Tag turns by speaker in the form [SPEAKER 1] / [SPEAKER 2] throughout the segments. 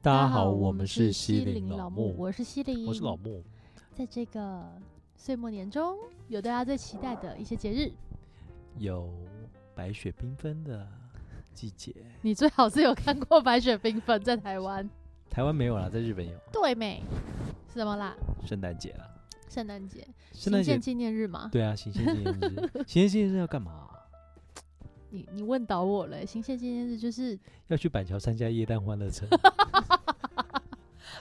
[SPEAKER 1] 大
[SPEAKER 2] 大
[SPEAKER 1] 家
[SPEAKER 2] 家
[SPEAKER 1] 好，
[SPEAKER 2] 好，
[SPEAKER 1] 我
[SPEAKER 2] 我
[SPEAKER 1] 们
[SPEAKER 2] 们
[SPEAKER 1] 是
[SPEAKER 2] 是
[SPEAKER 1] 西
[SPEAKER 2] 西
[SPEAKER 1] 林
[SPEAKER 2] 林
[SPEAKER 1] 老
[SPEAKER 2] 老
[SPEAKER 1] 木
[SPEAKER 2] 木，，我是西林，
[SPEAKER 1] 我是老。木。
[SPEAKER 2] 在这个岁末年中，有大家最期待的一些节日，
[SPEAKER 1] 有白雪缤纷的季节，
[SPEAKER 2] 你最好是有看过《白雪缤纷》在台湾，
[SPEAKER 1] 台湾没有啦，在日本有
[SPEAKER 2] 对没？是什么啦？
[SPEAKER 1] 圣诞节啦，
[SPEAKER 2] 圣诞节、
[SPEAKER 1] 圣
[SPEAKER 2] 新
[SPEAKER 1] 诞节
[SPEAKER 2] 建纪念日嘛？
[SPEAKER 1] 对啊，行宪纪念日， 行宪纪念日要干嘛啊、
[SPEAKER 2] 你你问倒我了、欸新建纪念日就是
[SPEAKER 1] 要去板桥参加夜诞欢乐城，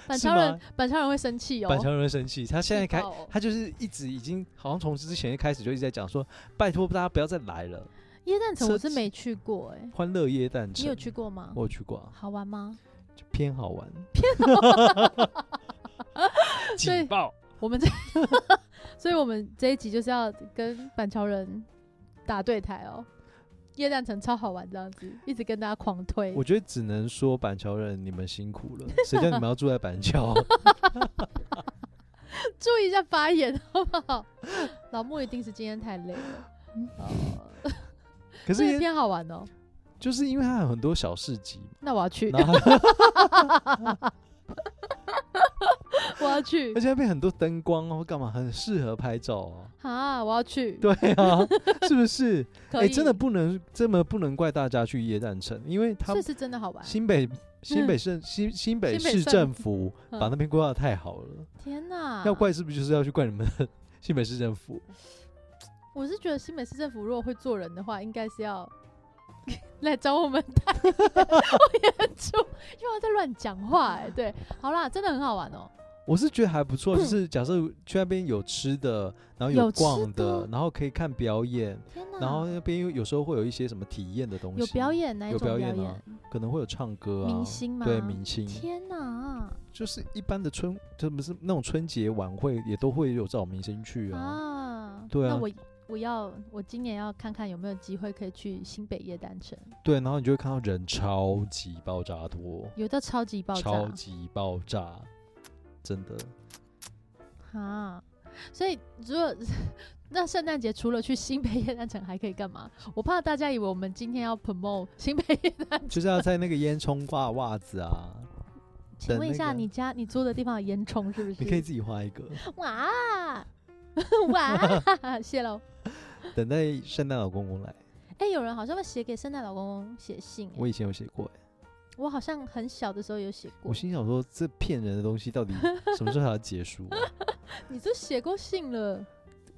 [SPEAKER 2] 板
[SPEAKER 1] 是
[SPEAKER 2] 桥人
[SPEAKER 1] 吗，
[SPEAKER 2] 板桥人会生气哦、
[SPEAKER 1] 板桥人会生气，他现在
[SPEAKER 2] 气
[SPEAKER 1] 开
[SPEAKER 2] 爆哦，
[SPEAKER 1] 他就是一直已经好像从之前一开始就一直在讲说，拜托大家不要再来了，
[SPEAKER 2] 椰蛋城
[SPEAKER 1] 车
[SPEAKER 2] 我是
[SPEAKER 1] 子
[SPEAKER 2] 没去过哎、
[SPEAKER 1] 欢乐夜诞
[SPEAKER 2] 你
[SPEAKER 1] 城
[SPEAKER 2] 有。去过吗？
[SPEAKER 1] 我有去过、啊，
[SPEAKER 2] 好玩吗？
[SPEAKER 1] 就偏好玩，
[SPEAKER 2] 所以
[SPEAKER 1] 警报，
[SPEAKER 2] 我们这， 所以我们这一集就是要跟板桥人打对台哦。夜蛋城超好玩，这样子一直跟大家狂推
[SPEAKER 1] 我。觉得只能说板桥人你们辛苦了，谁叫你们要住在板桥？
[SPEAKER 2] 注意一下发言，好不好？ 老莫一定是今天太累了。哦，
[SPEAKER 1] 嗯可是
[SPEAKER 2] 这个
[SPEAKER 1] 也
[SPEAKER 2] 偏好玩哦。
[SPEAKER 1] 就是因为它有很多小市 集，
[SPEAKER 2] 那我要去，
[SPEAKER 1] 然后它
[SPEAKER 2] 我要去
[SPEAKER 1] 而且那边很多灯光哦，干嘛很适合拍照哦。
[SPEAKER 2] 啊，我要去。
[SPEAKER 1] 对啊， 是不是？
[SPEAKER 2] 可
[SPEAKER 1] 哎、
[SPEAKER 2] 以，
[SPEAKER 1] 真的不能这么不能怪大家去夜诞城，因为他
[SPEAKER 2] 这是真的好玩。
[SPEAKER 1] 新北新北市新新北
[SPEAKER 2] 新北
[SPEAKER 1] 市
[SPEAKER 2] 政
[SPEAKER 1] 政府把
[SPEAKER 2] 嗯啊
[SPEAKER 1] 那边规划得太好了，
[SPEAKER 2] 天哪！
[SPEAKER 1] 要怪是不是就是要去怪你们的 新北市政府？
[SPEAKER 2] 我是觉得新北市政府如果会做人的话，应该是要 来找我们代言演出， 因为我在乱讲话哎、对，好啦，真的很好玩哦、
[SPEAKER 1] 我是觉得还不错，就是假设去那边有吃的，然后
[SPEAKER 2] 嗯有吃
[SPEAKER 1] 逛
[SPEAKER 2] 的
[SPEAKER 1] 然后可以看表演，
[SPEAKER 2] 天哪！
[SPEAKER 1] 然后那边有时候会有一些什么体验的东西，
[SPEAKER 2] 嗯有表演哪一
[SPEAKER 1] 有
[SPEAKER 2] 种
[SPEAKER 1] 表演
[SPEAKER 2] 演？
[SPEAKER 1] 啊可能会有唱歌啊，
[SPEAKER 2] 明星吗
[SPEAKER 1] 对，明星
[SPEAKER 2] 天哪！
[SPEAKER 1] 就是一般的春，这不是那种春节晚会也都会有找明星去啊。
[SPEAKER 2] 啊，
[SPEAKER 1] 对啊
[SPEAKER 2] 那我我要我今年要看看有没有机会可以去新北夜单城，
[SPEAKER 1] 对，然后你就会看到人超级爆炸多，
[SPEAKER 2] 有到超级爆炸
[SPEAKER 1] 超级爆炸，真 的。
[SPEAKER 2] 啊！所以如果 那圣诞节除了去新北夜单城还可以干嘛？我怕大家以为我们今天要 promote 新北夜单城。
[SPEAKER 1] 就是要在那个烟囱挂袜子 啊，
[SPEAKER 2] 请问一下，
[SPEAKER 1] 那个
[SPEAKER 2] 你家你租的地方有烟囱 是不是？
[SPEAKER 1] 你可以自己画一 个。
[SPEAKER 2] 哇哇， 谢喽。
[SPEAKER 1] 等待圣诞老公公来，
[SPEAKER 2] 哎、有人好像会写给圣诞老公公写信、
[SPEAKER 1] 我
[SPEAKER 2] 欸，
[SPEAKER 1] 以前有写过、欸，
[SPEAKER 2] 我好像很小的时候有写过
[SPEAKER 1] 我。心想说这骗人的东西到底什么时候才要结束、啊？
[SPEAKER 2] 你都写过信了，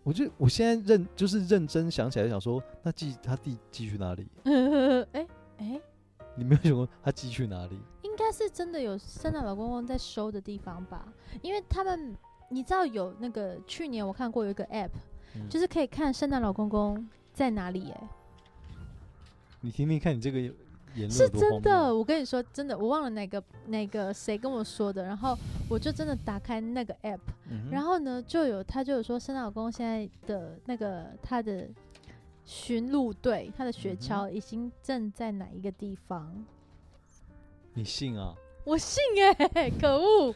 [SPEAKER 1] 我就我现在认就是认真想起来，想说那寄他寄寄去哪里？
[SPEAKER 2] 哎哎、欸
[SPEAKER 1] 你没有想过他寄去哪里？
[SPEAKER 2] 应该是真的有圣诞老公公在收的地方吧？因为他们，你知道有那个去年我看过有一个 app，、
[SPEAKER 1] 嗯
[SPEAKER 2] 就是可以看圣诞老公公在哪里、欸，
[SPEAKER 1] 你听听看，你这个言论
[SPEAKER 2] 是
[SPEAKER 1] 有多
[SPEAKER 2] 真
[SPEAKER 1] 荒
[SPEAKER 2] 的，
[SPEAKER 1] 谬，
[SPEAKER 2] 我跟你说，真的，我忘了哪个哪个谁跟我说的，然后我就真的打开那个 app，、然
[SPEAKER 1] 后
[SPEAKER 2] 后呢，就有他就有说，圣诞老公现在的那个他的巡路队，他的雪
[SPEAKER 1] 嗯哼
[SPEAKER 2] 橇已经正在哪一个地方？
[SPEAKER 1] 你信啊？
[SPEAKER 2] 我信哎、 可恶！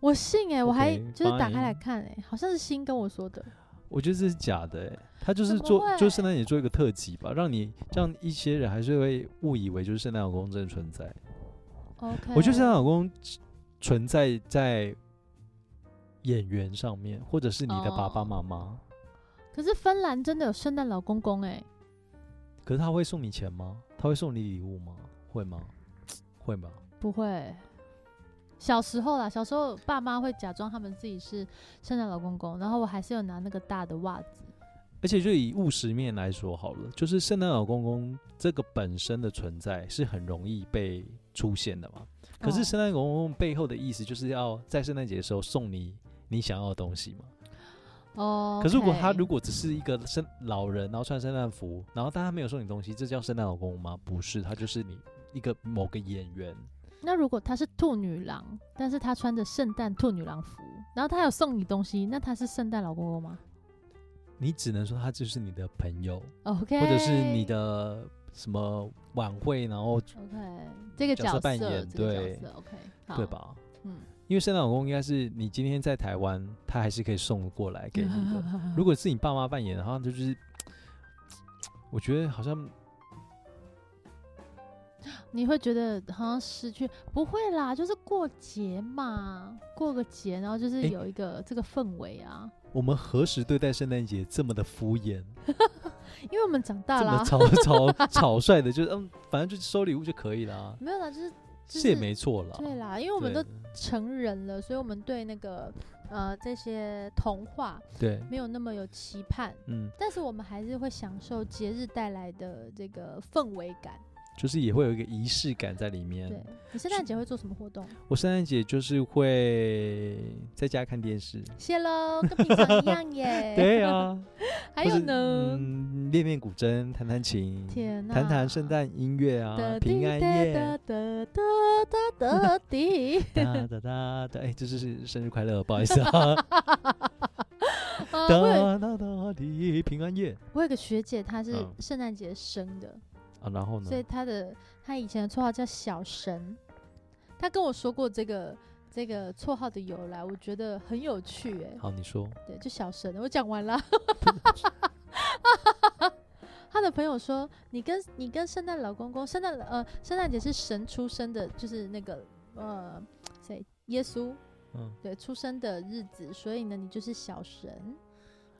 [SPEAKER 2] 我信哎、我还
[SPEAKER 1] OK，
[SPEAKER 2] 就是打
[SPEAKER 1] fine
[SPEAKER 2] 开来看哎、好像是新跟我说的，
[SPEAKER 1] 我觉得这是假的、欸，他就
[SPEAKER 2] 怎
[SPEAKER 1] 是
[SPEAKER 2] 么
[SPEAKER 1] 做就
[SPEAKER 2] 会
[SPEAKER 1] 圣诞节做一个特辑吧，让你让一些人还是会误以为就是圣诞老公真的存在。
[SPEAKER 2] OK，
[SPEAKER 1] 我觉得圣诞老公存在在演员上面，或者是你的爸爸
[SPEAKER 2] 哦
[SPEAKER 1] 妈妈。
[SPEAKER 2] 可是芬兰真的有圣诞老公公哎、
[SPEAKER 1] 可是他会送你钱吗？他会送你礼物吗？会吗？会吧。
[SPEAKER 2] 不会。小时候啦，小时候爸妈会假装他们自己是圣诞老公公，然后我还是有拿那个大的袜子。
[SPEAKER 1] 而且就以务实面来说好了，就是圣诞老公公这个本身的存在是很容易被出现的嘛。可是
[SPEAKER 2] 哦
[SPEAKER 1] 圣诞老公公背后的意思就是要在圣诞节的时候送你你想要的东西嘛。
[SPEAKER 2] 哦，
[SPEAKER 1] 可是如果他
[SPEAKER 2] OK
[SPEAKER 1] 如果只是一个圣老人，然后穿圣诞服，然后但他没有送你东西，这叫圣诞老公公吗？不是，他就是你一个某个演员。
[SPEAKER 2] 那如果她是兔女郎，但是她穿着圣诞兔女郎服，然后她有送你东西，那她是圣诞老公公吗
[SPEAKER 1] 你只能说他就是你的朋友，
[SPEAKER 2] ？OK，
[SPEAKER 1] 或者是你的什么晚会，然后
[SPEAKER 2] OK 这个
[SPEAKER 1] 角
[SPEAKER 2] 角
[SPEAKER 1] 色扮演
[SPEAKER 2] 这个
[SPEAKER 1] 对
[SPEAKER 2] 角色 OK 好
[SPEAKER 1] 对？吧？
[SPEAKER 2] 嗯，
[SPEAKER 1] 因为圣诞老公应该是你今天在台湾，他还是可以送过来给你 的。如果是你爸妈扮演的话，就是我觉得好像
[SPEAKER 2] 你会觉得好像失去，不会啦，就是过节嘛，过个节，然后就是
[SPEAKER 1] 诶
[SPEAKER 2] 有一个这个氛围啊，
[SPEAKER 1] 我们何时对待圣诞节这么的敷衍，
[SPEAKER 2] 因为我们长大
[SPEAKER 1] 这
[SPEAKER 2] 啦、
[SPEAKER 1] 么草草草率的， 就是嗯，反正就是收礼物就可以啦，
[SPEAKER 2] 没有啦，就是就是
[SPEAKER 1] 也没错啦。
[SPEAKER 2] 哦对啦，因为我们
[SPEAKER 1] 对
[SPEAKER 2] 都成人了，所以我们对那个呃这些童话
[SPEAKER 1] 对，
[SPEAKER 2] 没有那么有期盼，
[SPEAKER 1] 嗯，
[SPEAKER 2] 但是我们还是会享受节日带来的这个氛围感。
[SPEAKER 1] 就是也会有一个仪式感在里面。
[SPEAKER 2] 对你圣诞节会做什么活动？
[SPEAKER 1] 我圣诞节就是会在家看电视。
[SPEAKER 2] 谢喽，跟平常一样耶。
[SPEAKER 1] 对， 啊，
[SPEAKER 2] 还
[SPEAKER 1] 或
[SPEAKER 2] 有
[SPEAKER 1] 是
[SPEAKER 2] 呢？
[SPEAKER 1] 嗯，练练古筝，弹弹琴，
[SPEAKER 2] 天呐，
[SPEAKER 1] 谈谈圣诞音乐
[SPEAKER 2] 嗯
[SPEAKER 1] 啊，平安夜，
[SPEAKER 2] 得得得得得
[SPEAKER 1] 哒哒哒 哒，哎，这是生日快乐，不好意思啊，
[SPEAKER 2] 啊！ 我
[SPEAKER 1] 哒
[SPEAKER 2] 有
[SPEAKER 1] 哒哒的平安夜
[SPEAKER 2] 我有个学姐，她是
[SPEAKER 1] 嗯
[SPEAKER 2] 圣诞节生的，
[SPEAKER 1] 啊，然后呢
[SPEAKER 2] 所？以她的她以前的绰号叫小神。她跟我说过这个这个绰号的由来，我觉得很有趣哎、
[SPEAKER 1] 好，你说，
[SPEAKER 2] 对，就小神，我讲完了。 她的朋友说：“你跟你跟圣诞老公公，圣诞呃，圣诞节是神出生的，就是那个呃，谁？耶稣
[SPEAKER 1] 嗯，
[SPEAKER 2] 对出生的日子，所以呢，你就是小神。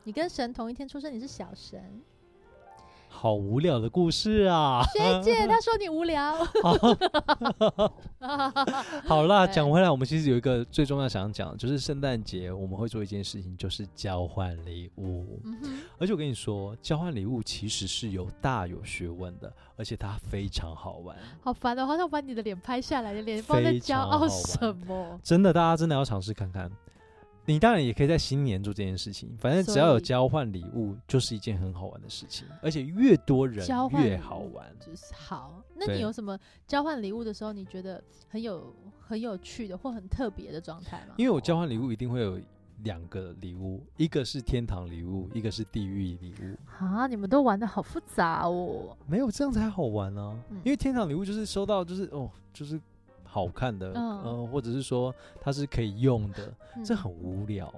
[SPEAKER 2] 你跟神同一天出生，你是小神。
[SPEAKER 1] 好无聊的故事 啊，
[SPEAKER 2] 学姐，她说你 无聊。
[SPEAKER 1] 好啦，
[SPEAKER 2] 对
[SPEAKER 1] 讲回来，我们其实有一个最重要想讲的，就是圣诞节我们会做一件事情，就是交换礼物。
[SPEAKER 2] 嗯哼，
[SPEAKER 1] 而且我跟你说，交换礼物其实是有大有学问的，而且它非常好玩。
[SPEAKER 2] 好烦哦，好想把你的脸拍下来，你的脸不知道在
[SPEAKER 1] 非
[SPEAKER 2] 骄
[SPEAKER 1] 常好
[SPEAKER 2] 傲
[SPEAKER 1] 玩
[SPEAKER 2] 什么。
[SPEAKER 1] 真的，大家真的要尝试看看。你当然也可以在新年做这件事情，反正只要
[SPEAKER 2] 所
[SPEAKER 1] 有
[SPEAKER 2] 以
[SPEAKER 1] 交换礼物，就是一件很好玩的事情，而且越多人
[SPEAKER 2] 交换
[SPEAKER 1] 越
[SPEAKER 2] 礼
[SPEAKER 1] 好
[SPEAKER 2] 物
[SPEAKER 1] 玩。
[SPEAKER 2] 就是好，那
[SPEAKER 1] 对
[SPEAKER 2] 你有什么交换礼物的时候，你觉得很有很有趣的或很特别的状态吗？
[SPEAKER 1] 因为我交换礼物一定会有两个礼物，一个是天堂礼物，一个是地狱礼物。
[SPEAKER 2] 啊，你们都玩的好复杂哦。
[SPEAKER 1] 没有这样才好玩啊！
[SPEAKER 2] 嗯
[SPEAKER 1] 因为天堂礼物就是收到就是哦就是好看的，
[SPEAKER 2] 嗯
[SPEAKER 1] 嗯、或者是说它是可以用的，
[SPEAKER 2] 嗯
[SPEAKER 1] 这很无聊，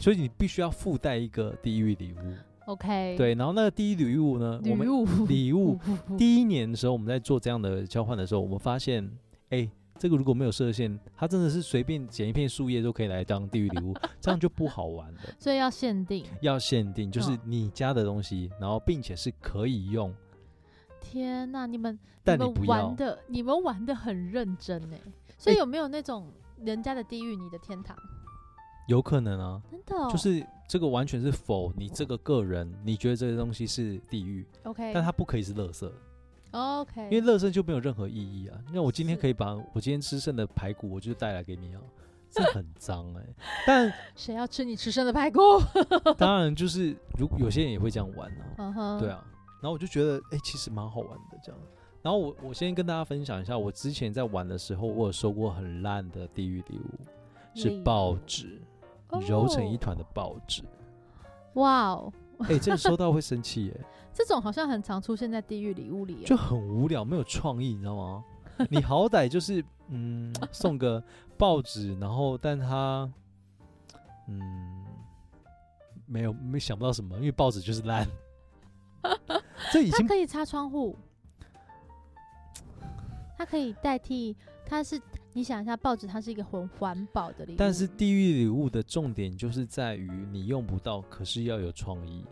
[SPEAKER 1] 所以你必须要附带一个地狱礼物。
[SPEAKER 2] OK。，
[SPEAKER 1] 对，然后那个地狱礼物呢，我
[SPEAKER 2] 礼
[SPEAKER 1] 们
[SPEAKER 2] 物，
[SPEAKER 1] 礼 物
[SPEAKER 2] 物
[SPEAKER 1] 第一年的时候，我们在做这样的交换的时候，我们发现，哎、这个如果没有设限，它真的是随便捡一片树叶都可以来当地狱礼 物，这样就不好玩了。
[SPEAKER 2] 所以要限定。
[SPEAKER 1] 要限定，就是
[SPEAKER 2] 嗯
[SPEAKER 1] 你家的东西，然后并且是可以用，
[SPEAKER 2] 天呐，你们
[SPEAKER 1] 但
[SPEAKER 2] 你
[SPEAKER 1] 你
[SPEAKER 2] 们
[SPEAKER 1] 不
[SPEAKER 2] 玩
[SPEAKER 1] 要。
[SPEAKER 2] 的你们玩的很认真呢，所以
[SPEAKER 1] 哎
[SPEAKER 2] 有没有那种人家的地狱，你的天堂？
[SPEAKER 1] 有可能啊，
[SPEAKER 2] 真的、哦，
[SPEAKER 1] 就是这个完全是否你这个个人，你觉得这个东西是地狱，
[SPEAKER 2] OK，
[SPEAKER 1] 但它不可以是垃圾，
[SPEAKER 2] OK，
[SPEAKER 1] 因为垃圾就没有任何意义啊。那我今天
[SPEAKER 2] 是
[SPEAKER 1] 可以把我今天吃剩的排骨，我就带来给你啊，这很脏哎、但
[SPEAKER 2] 谁要吃你吃剩的排骨？
[SPEAKER 1] 当然就是，如有些人也会这样玩啊，
[SPEAKER 2] 嗯哼，
[SPEAKER 1] 对，啊。然后我就觉得，哎、其实蛮好玩的这样。然后我我先跟大家分享一下，我之前在玩的时候，我有收过很烂的地狱礼物，是报纸，揉成一。团的报纸。
[SPEAKER 2] 哦哇哦，
[SPEAKER 1] 哎、这个收到会生气耶、
[SPEAKER 2] 这种好像很常出现在地狱礼物里耶，
[SPEAKER 1] 就很无聊，没有创意，你知道吗？你好歹就是嗯，送个报纸，然后但他嗯，没有没想不到什么，因为报纸就是烂。这已
[SPEAKER 2] 它
[SPEAKER 1] 经
[SPEAKER 2] 可以擦窗户，它可以代替，它是你想一下，报纸它是一个很环保的礼物，
[SPEAKER 1] 但是地狱礼物的重点就是在于你用不到，可是要有创意。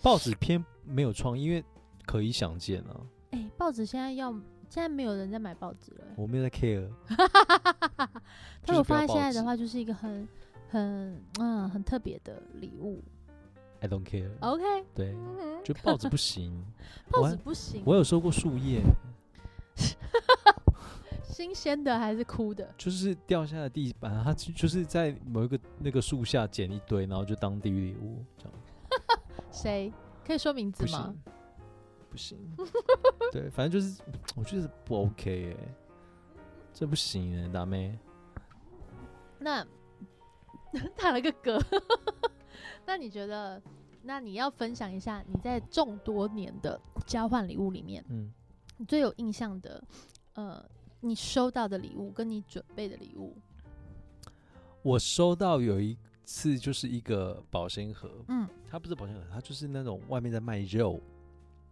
[SPEAKER 1] 报纸偏没有创意，因为可以想见啊，
[SPEAKER 2] 哎、报纸现在要现在没有人在买报纸了耶。
[SPEAKER 1] 我没有在 care。
[SPEAKER 2] 它如果
[SPEAKER 1] 就是不要
[SPEAKER 2] 放在现在
[SPEAKER 1] 报纸
[SPEAKER 2] 的话，就是一个很很嗯很特别的礼物。
[SPEAKER 1] I don't care，、
[SPEAKER 2] OK，
[SPEAKER 1] 对，
[SPEAKER 2] 嗯
[SPEAKER 1] 就报纸不行。
[SPEAKER 2] 报
[SPEAKER 1] 我还
[SPEAKER 2] 纸不行，啊
[SPEAKER 1] 我有收过树叶，
[SPEAKER 2] 新鲜的还是枯的？
[SPEAKER 1] 就是掉下的地板，它就就是在某一个那个树下捡一堆，然后就当地狱礼物，这样
[SPEAKER 2] 谁可以说名字
[SPEAKER 1] 不
[SPEAKER 2] 吗
[SPEAKER 1] 行？，不行。对，反正就是我觉得不 OK 哎、这不行哎、大妹。
[SPEAKER 2] 那 打了个嗝。 那你觉得？那你要分享一下你在众多年的交换礼物里面，
[SPEAKER 1] 嗯，
[SPEAKER 2] 你最有印象的，呃，你收到的礼物跟你准备的礼物，
[SPEAKER 1] 我收到有一次就是一个保鲜盒，
[SPEAKER 2] 嗯
[SPEAKER 1] 它不是保鲜盒，它就是那种外面在卖肉，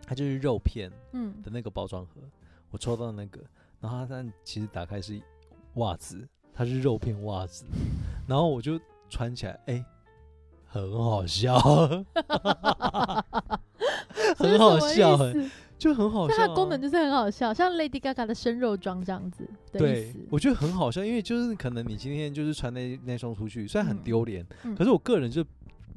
[SPEAKER 1] 它就是肉片
[SPEAKER 2] 嗯
[SPEAKER 1] 的那个包装盒。我抽到那个，然后它但其实打开是袜子，它是肉片袜 子，然后我就穿起来，哎、很好笑，
[SPEAKER 2] 这 是
[SPEAKER 1] 很好
[SPEAKER 2] 什么意
[SPEAKER 1] 笑、
[SPEAKER 2] 思
[SPEAKER 1] 欸，就很好
[SPEAKER 2] 那
[SPEAKER 1] 笑、啊。
[SPEAKER 2] 它的功能就是很好笑，像 Lady Gaga 的生肉装这样子的意
[SPEAKER 1] 对
[SPEAKER 2] 思，。
[SPEAKER 1] 我觉得很好笑，因为就是可能你今天就是穿那那双出去，虽然很
[SPEAKER 2] 嗯
[SPEAKER 1] 丢脸，
[SPEAKER 2] 嗯
[SPEAKER 1] 可是我个人就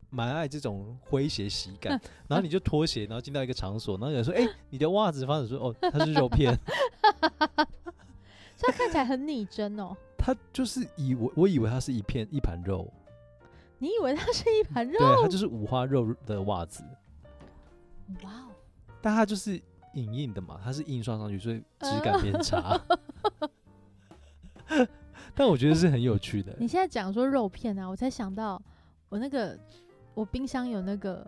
[SPEAKER 1] 蛮爱这种诙谐喜
[SPEAKER 2] 嗯
[SPEAKER 1] 感。然后你就脱鞋，然后进到一个场所，然后有人说：“哎、你的袜子发展说哦，它是肉 片。
[SPEAKER 2] 所以它看起来很拟真哦。”
[SPEAKER 1] 它就是以为我以为它是一片一盘肉，
[SPEAKER 2] 你以为它是一盘肉
[SPEAKER 1] 对？，它就是五花肉的袜子，
[SPEAKER 2] 哇哦！
[SPEAKER 1] 但它就是影印的嘛，它是印刷上去，所以质感偏差。 但我觉得是很有趣的
[SPEAKER 2] 呃 你，现在讲说肉片啊，我才想到我那个我冰箱有那个，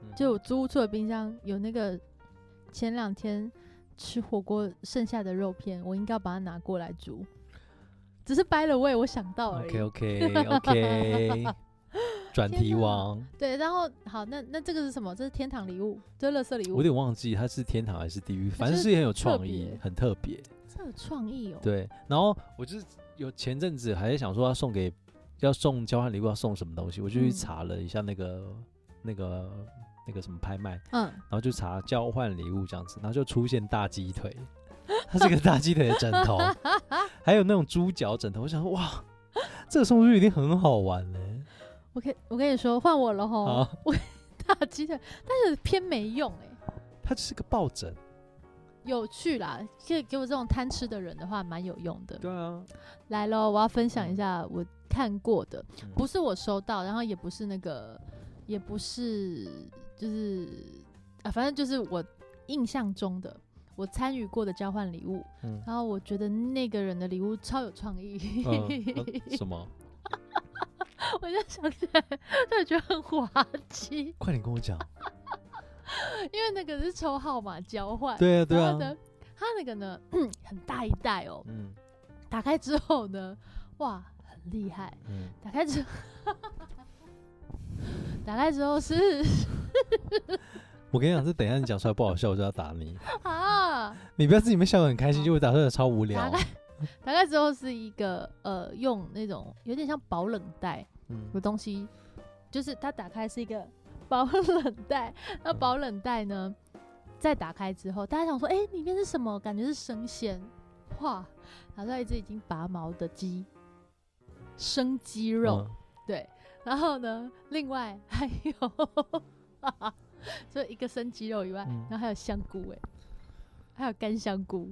[SPEAKER 1] 嗯
[SPEAKER 2] 就我租屋处的冰箱有那个前两天吃火锅剩下的肉片，我应该要把它拿过来煮。只是掰了味，我想到而已。
[SPEAKER 1] OK OK OK，转
[SPEAKER 2] 天
[SPEAKER 1] 题
[SPEAKER 2] 哪
[SPEAKER 1] 王。
[SPEAKER 2] 对，然后好，那那这个是什么？这是天堂礼物，这是垃圾礼
[SPEAKER 1] 我有
[SPEAKER 2] 物，
[SPEAKER 1] 点忘记它是天堂还是地狱，反正
[SPEAKER 2] 就是
[SPEAKER 1] 很有
[SPEAKER 2] 特
[SPEAKER 1] 创
[SPEAKER 2] 别
[SPEAKER 1] 意，很特别。
[SPEAKER 2] 这有创意哦。
[SPEAKER 1] 对，然后我就是有前阵子还在想说要送给要送交换礼物要送什么东西，我就去
[SPEAKER 2] 嗯
[SPEAKER 1] 查了一下那个、那个那个什么拍卖，
[SPEAKER 2] 嗯，
[SPEAKER 1] 然后就查交换礼物这样子，然后就出现大鸡腿，它是个大鸡腿的枕 头，还有那种猪脚枕头，我想说哇，这个送出去一定很好玩嘞、
[SPEAKER 2] 我跟我跟你说，换我了吼，
[SPEAKER 1] 好，
[SPEAKER 2] 大鸡腿，但是偏没用哎、
[SPEAKER 1] 它就是个抱枕，
[SPEAKER 2] 有趣啦，给给我这种贪吃的人的话，蛮有用的。
[SPEAKER 1] 对啊，
[SPEAKER 2] 来喽，我要分享一下我看过的，
[SPEAKER 1] 嗯
[SPEAKER 2] 不是我收到，然后也不是那个，也不是就是啊，反正就是我印象中的我参与过的交换礼物，
[SPEAKER 1] 嗯，
[SPEAKER 2] 然后我觉得那个人的礼物超有创意，
[SPEAKER 1] 嗯呃什么？
[SPEAKER 2] 我现在想起来，突然觉得很滑稽，
[SPEAKER 1] 快点跟我讲，
[SPEAKER 2] 啊因为那个是抽号码交换，
[SPEAKER 1] 对啊，对
[SPEAKER 2] 然
[SPEAKER 1] 啊
[SPEAKER 2] 后，呢，它那个呢 很大一袋哦，
[SPEAKER 1] 嗯
[SPEAKER 2] 打开之后呢，哇，很厉害。
[SPEAKER 1] 嗯。
[SPEAKER 2] 打开之后，打开之后是
[SPEAKER 1] 我跟你讲，这等一下你讲出来不好笑，我就要打 你。
[SPEAKER 2] 啊，
[SPEAKER 1] 你不要自己没笑得很开心，就会打出来超无
[SPEAKER 2] 打
[SPEAKER 1] 聊
[SPEAKER 2] 开。打开之后是一个呃，用那种有点像保冷袋
[SPEAKER 1] 嗯
[SPEAKER 2] 的东西，就是它打开是一个保冷袋，那保冷袋呢，再打开之后，大家想说，哎、里面是什么？感觉是生鲜，哇，拿出来一只已经拔毛的鸡，生鸡肉。
[SPEAKER 1] 嗯
[SPEAKER 2] 对，然后呢，另外还有 除了一个生鸡肉以外，
[SPEAKER 1] 嗯
[SPEAKER 2] 然后还有香菇哎、还有干香菇，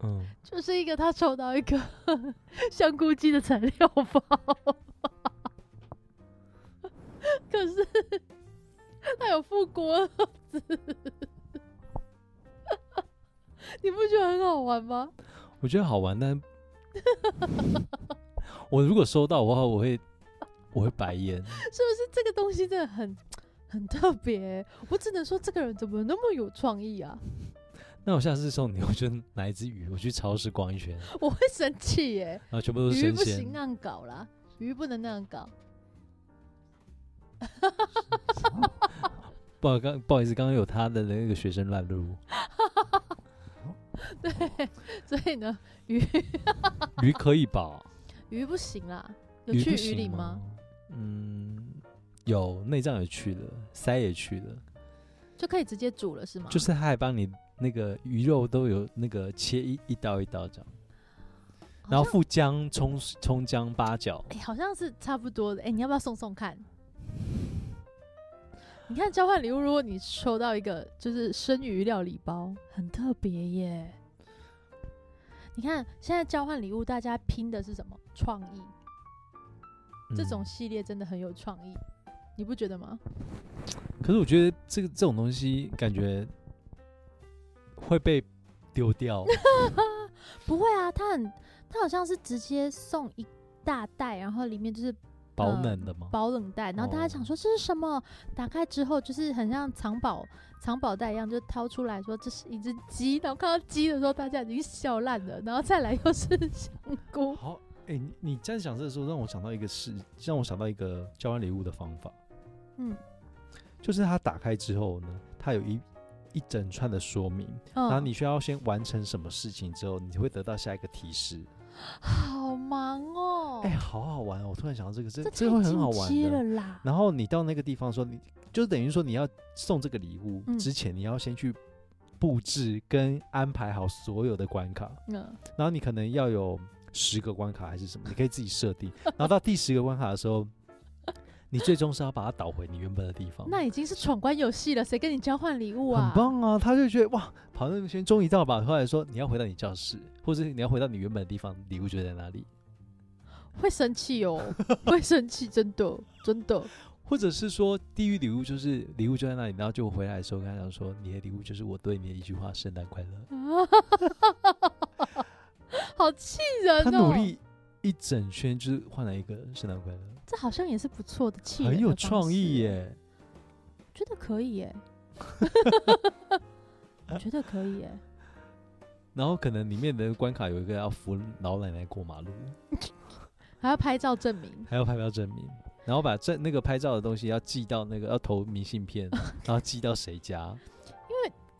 [SPEAKER 1] 嗯，
[SPEAKER 2] 就是一个他抽到一个 香菇鸡的材料包，可是他有附锅盒子，你不觉得很好玩吗？
[SPEAKER 1] 我觉得好玩，但 我如果收到的话，我会我会白眼。
[SPEAKER 2] 是不是这个东西真的很很特别欸、我只能说这个人怎么那么有创意啊！
[SPEAKER 1] 那我下次送你，我就拿一只鱼，我去超市逛一圈，
[SPEAKER 2] 我会生气耶、
[SPEAKER 1] 然后全部都是
[SPEAKER 2] 鱼
[SPEAKER 1] 生
[SPEAKER 2] 不行啊
[SPEAKER 1] 鲜
[SPEAKER 2] 那。样搞啦，鱼不能那样搞。
[SPEAKER 1] 不好刚不好意思，刚刚有他的那个学生乱入，
[SPEAKER 2] 对，所以呢，鱼
[SPEAKER 1] 鱼可以吧？
[SPEAKER 2] 鱼不行啦。有
[SPEAKER 1] 鱼
[SPEAKER 2] 去
[SPEAKER 1] 不
[SPEAKER 2] 鱼
[SPEAKER 1] 行
[SPEAKER 2] 鳞吗？？
[SPEAKER 1] 嗯，有内脏也去了，鳃也去了。
[SPEAKER 2] 就可以直接煮了是吗？
[SPEAKER 1] 就是他还帮你那个鱼肉都有那个切一一刀一刀这
[SPEAKER 2] 哦
[SPEAKER 1] 样，
[SPEAKER 2] 好
[SPEAKER 1] 然后
[SPEAKER 2] 像
[SPEAKER 1] 附姜、葱、葱姜、八角。
[SPEAKER 2] 哎、好像是差不多的。哎、你要不要送送看？ 你看交换礼物，如果你抽到一个就是生鱼料理包，很特别耶。你看现在交换礼物，大家拼的是什么？创意。这种
[SPEAKER 1] 嗯
[SPEAKER 2] 系列真的很有创意，你不觉得吗？
[SPEAKER 1] 可是我觉得这个这种东西感觉会被丢掉，
[SPEAKER 2] 不会啊，它很，它好像是直接送一大袋，然后里面就是
[SPEAKER 1] 保
[SPEAKER 2] 呃
[SPEAKER 1] 暖的吗？
[SPEAKER 2] 保冷袋，然后大家想
[SPEAKER 1] 哦
[SPEAKER 2] 说这是什么？打开之后就是很像藏宝藏宝袋一样，就掏出来说这是一只鸡，然后看到鸡的时候大家已经笑烂了，然后再来又是香 菇，
[SPEAKER 1] 好，哎、你你这样想这个时候，让我想到一个事，让我想到一个交换礼物的方法，
[SPEAKER 2] 嗯，
[SPEAKER 1] 就是它打开之后呢，它有一一整串的说明，然后
[SPEAKER 2] 嗯，
[SPEAKER 1] 你需要先完成什么事情之后，你会得到下一个提示。
[SPEAKER 2] 好忙哦，
[SPEAKER 1] 哎、好好玩哦！我突然想到这个，这
[SPEAKER 2] 这
[SPEAKER 1] 这
[SPEAKER 2] 太
[SPEAKER 1] 会很
[SPEAKER 2] 近
[SPEAKER 1] 好玩
[SPEAKER 2] 期了
[SPEAKER 1] 的。
[SPEAKER 2] 啦。
[SPEAKER 1] 然后你到那个地方说，你就等于说你要送这个礼物、
[SPEAKER 2] 嗯
[SPEAKER 1] 之前，你要先去布置跟安排好所有的关卡，
[SPEAKER 2] 嗯，
[SPEAKER 1] 然后你可能要有十个关卡还是什么，你可以自己设 定。然后到第十个关卡的时候，你最终是要把它导回你原本的地方。
[SPEAKER 2] 那已经是闯关游戏了，谁跟你交换礼物啊？
[SPEAKER 1] 很棒啊！他就觉得哇，跑那个圈终于到吧。后来说你要回到你教室，或者是你要回到你原本的地方，礼物就在哪里。
[SPEAKER 2] 会生气哦，会生气，真的，真的。
[SPEAKER 1] 或者是说地狱礼物就是礼物就在那里，然后就回来的时候跟他讲说你的礼物就是我对你的一句话，圣诞快乐。
[SPEAKER 2] 好气人哦！
[SPEAKER 1] 他努，力一整圈就是换来一个圣诞快乐，
[SPEAKER 2] 这好像也是不错的气人
[SPEAKER 1] 很
[SPEAKER 2] 的
[SPEAKER 1] 有
[SPEAKER 2] 方
[SPEAKER 1] 创意
[SPEAKER 2] 式，
[SPEAKER 1] 耶。
[SPEAKER 2] 觉得可以 耶，我觉得可以耶。
[SPEAKER 1] 然后可能里面的关卡有一个要扶老奶奶过马路，
[SPEAKER 2] 还要拍照证明，
[SPEAKER 1] 还要拍照证明，然后把这那个拍照的东西要寄到那个要投明信 片，然后寄到谁家。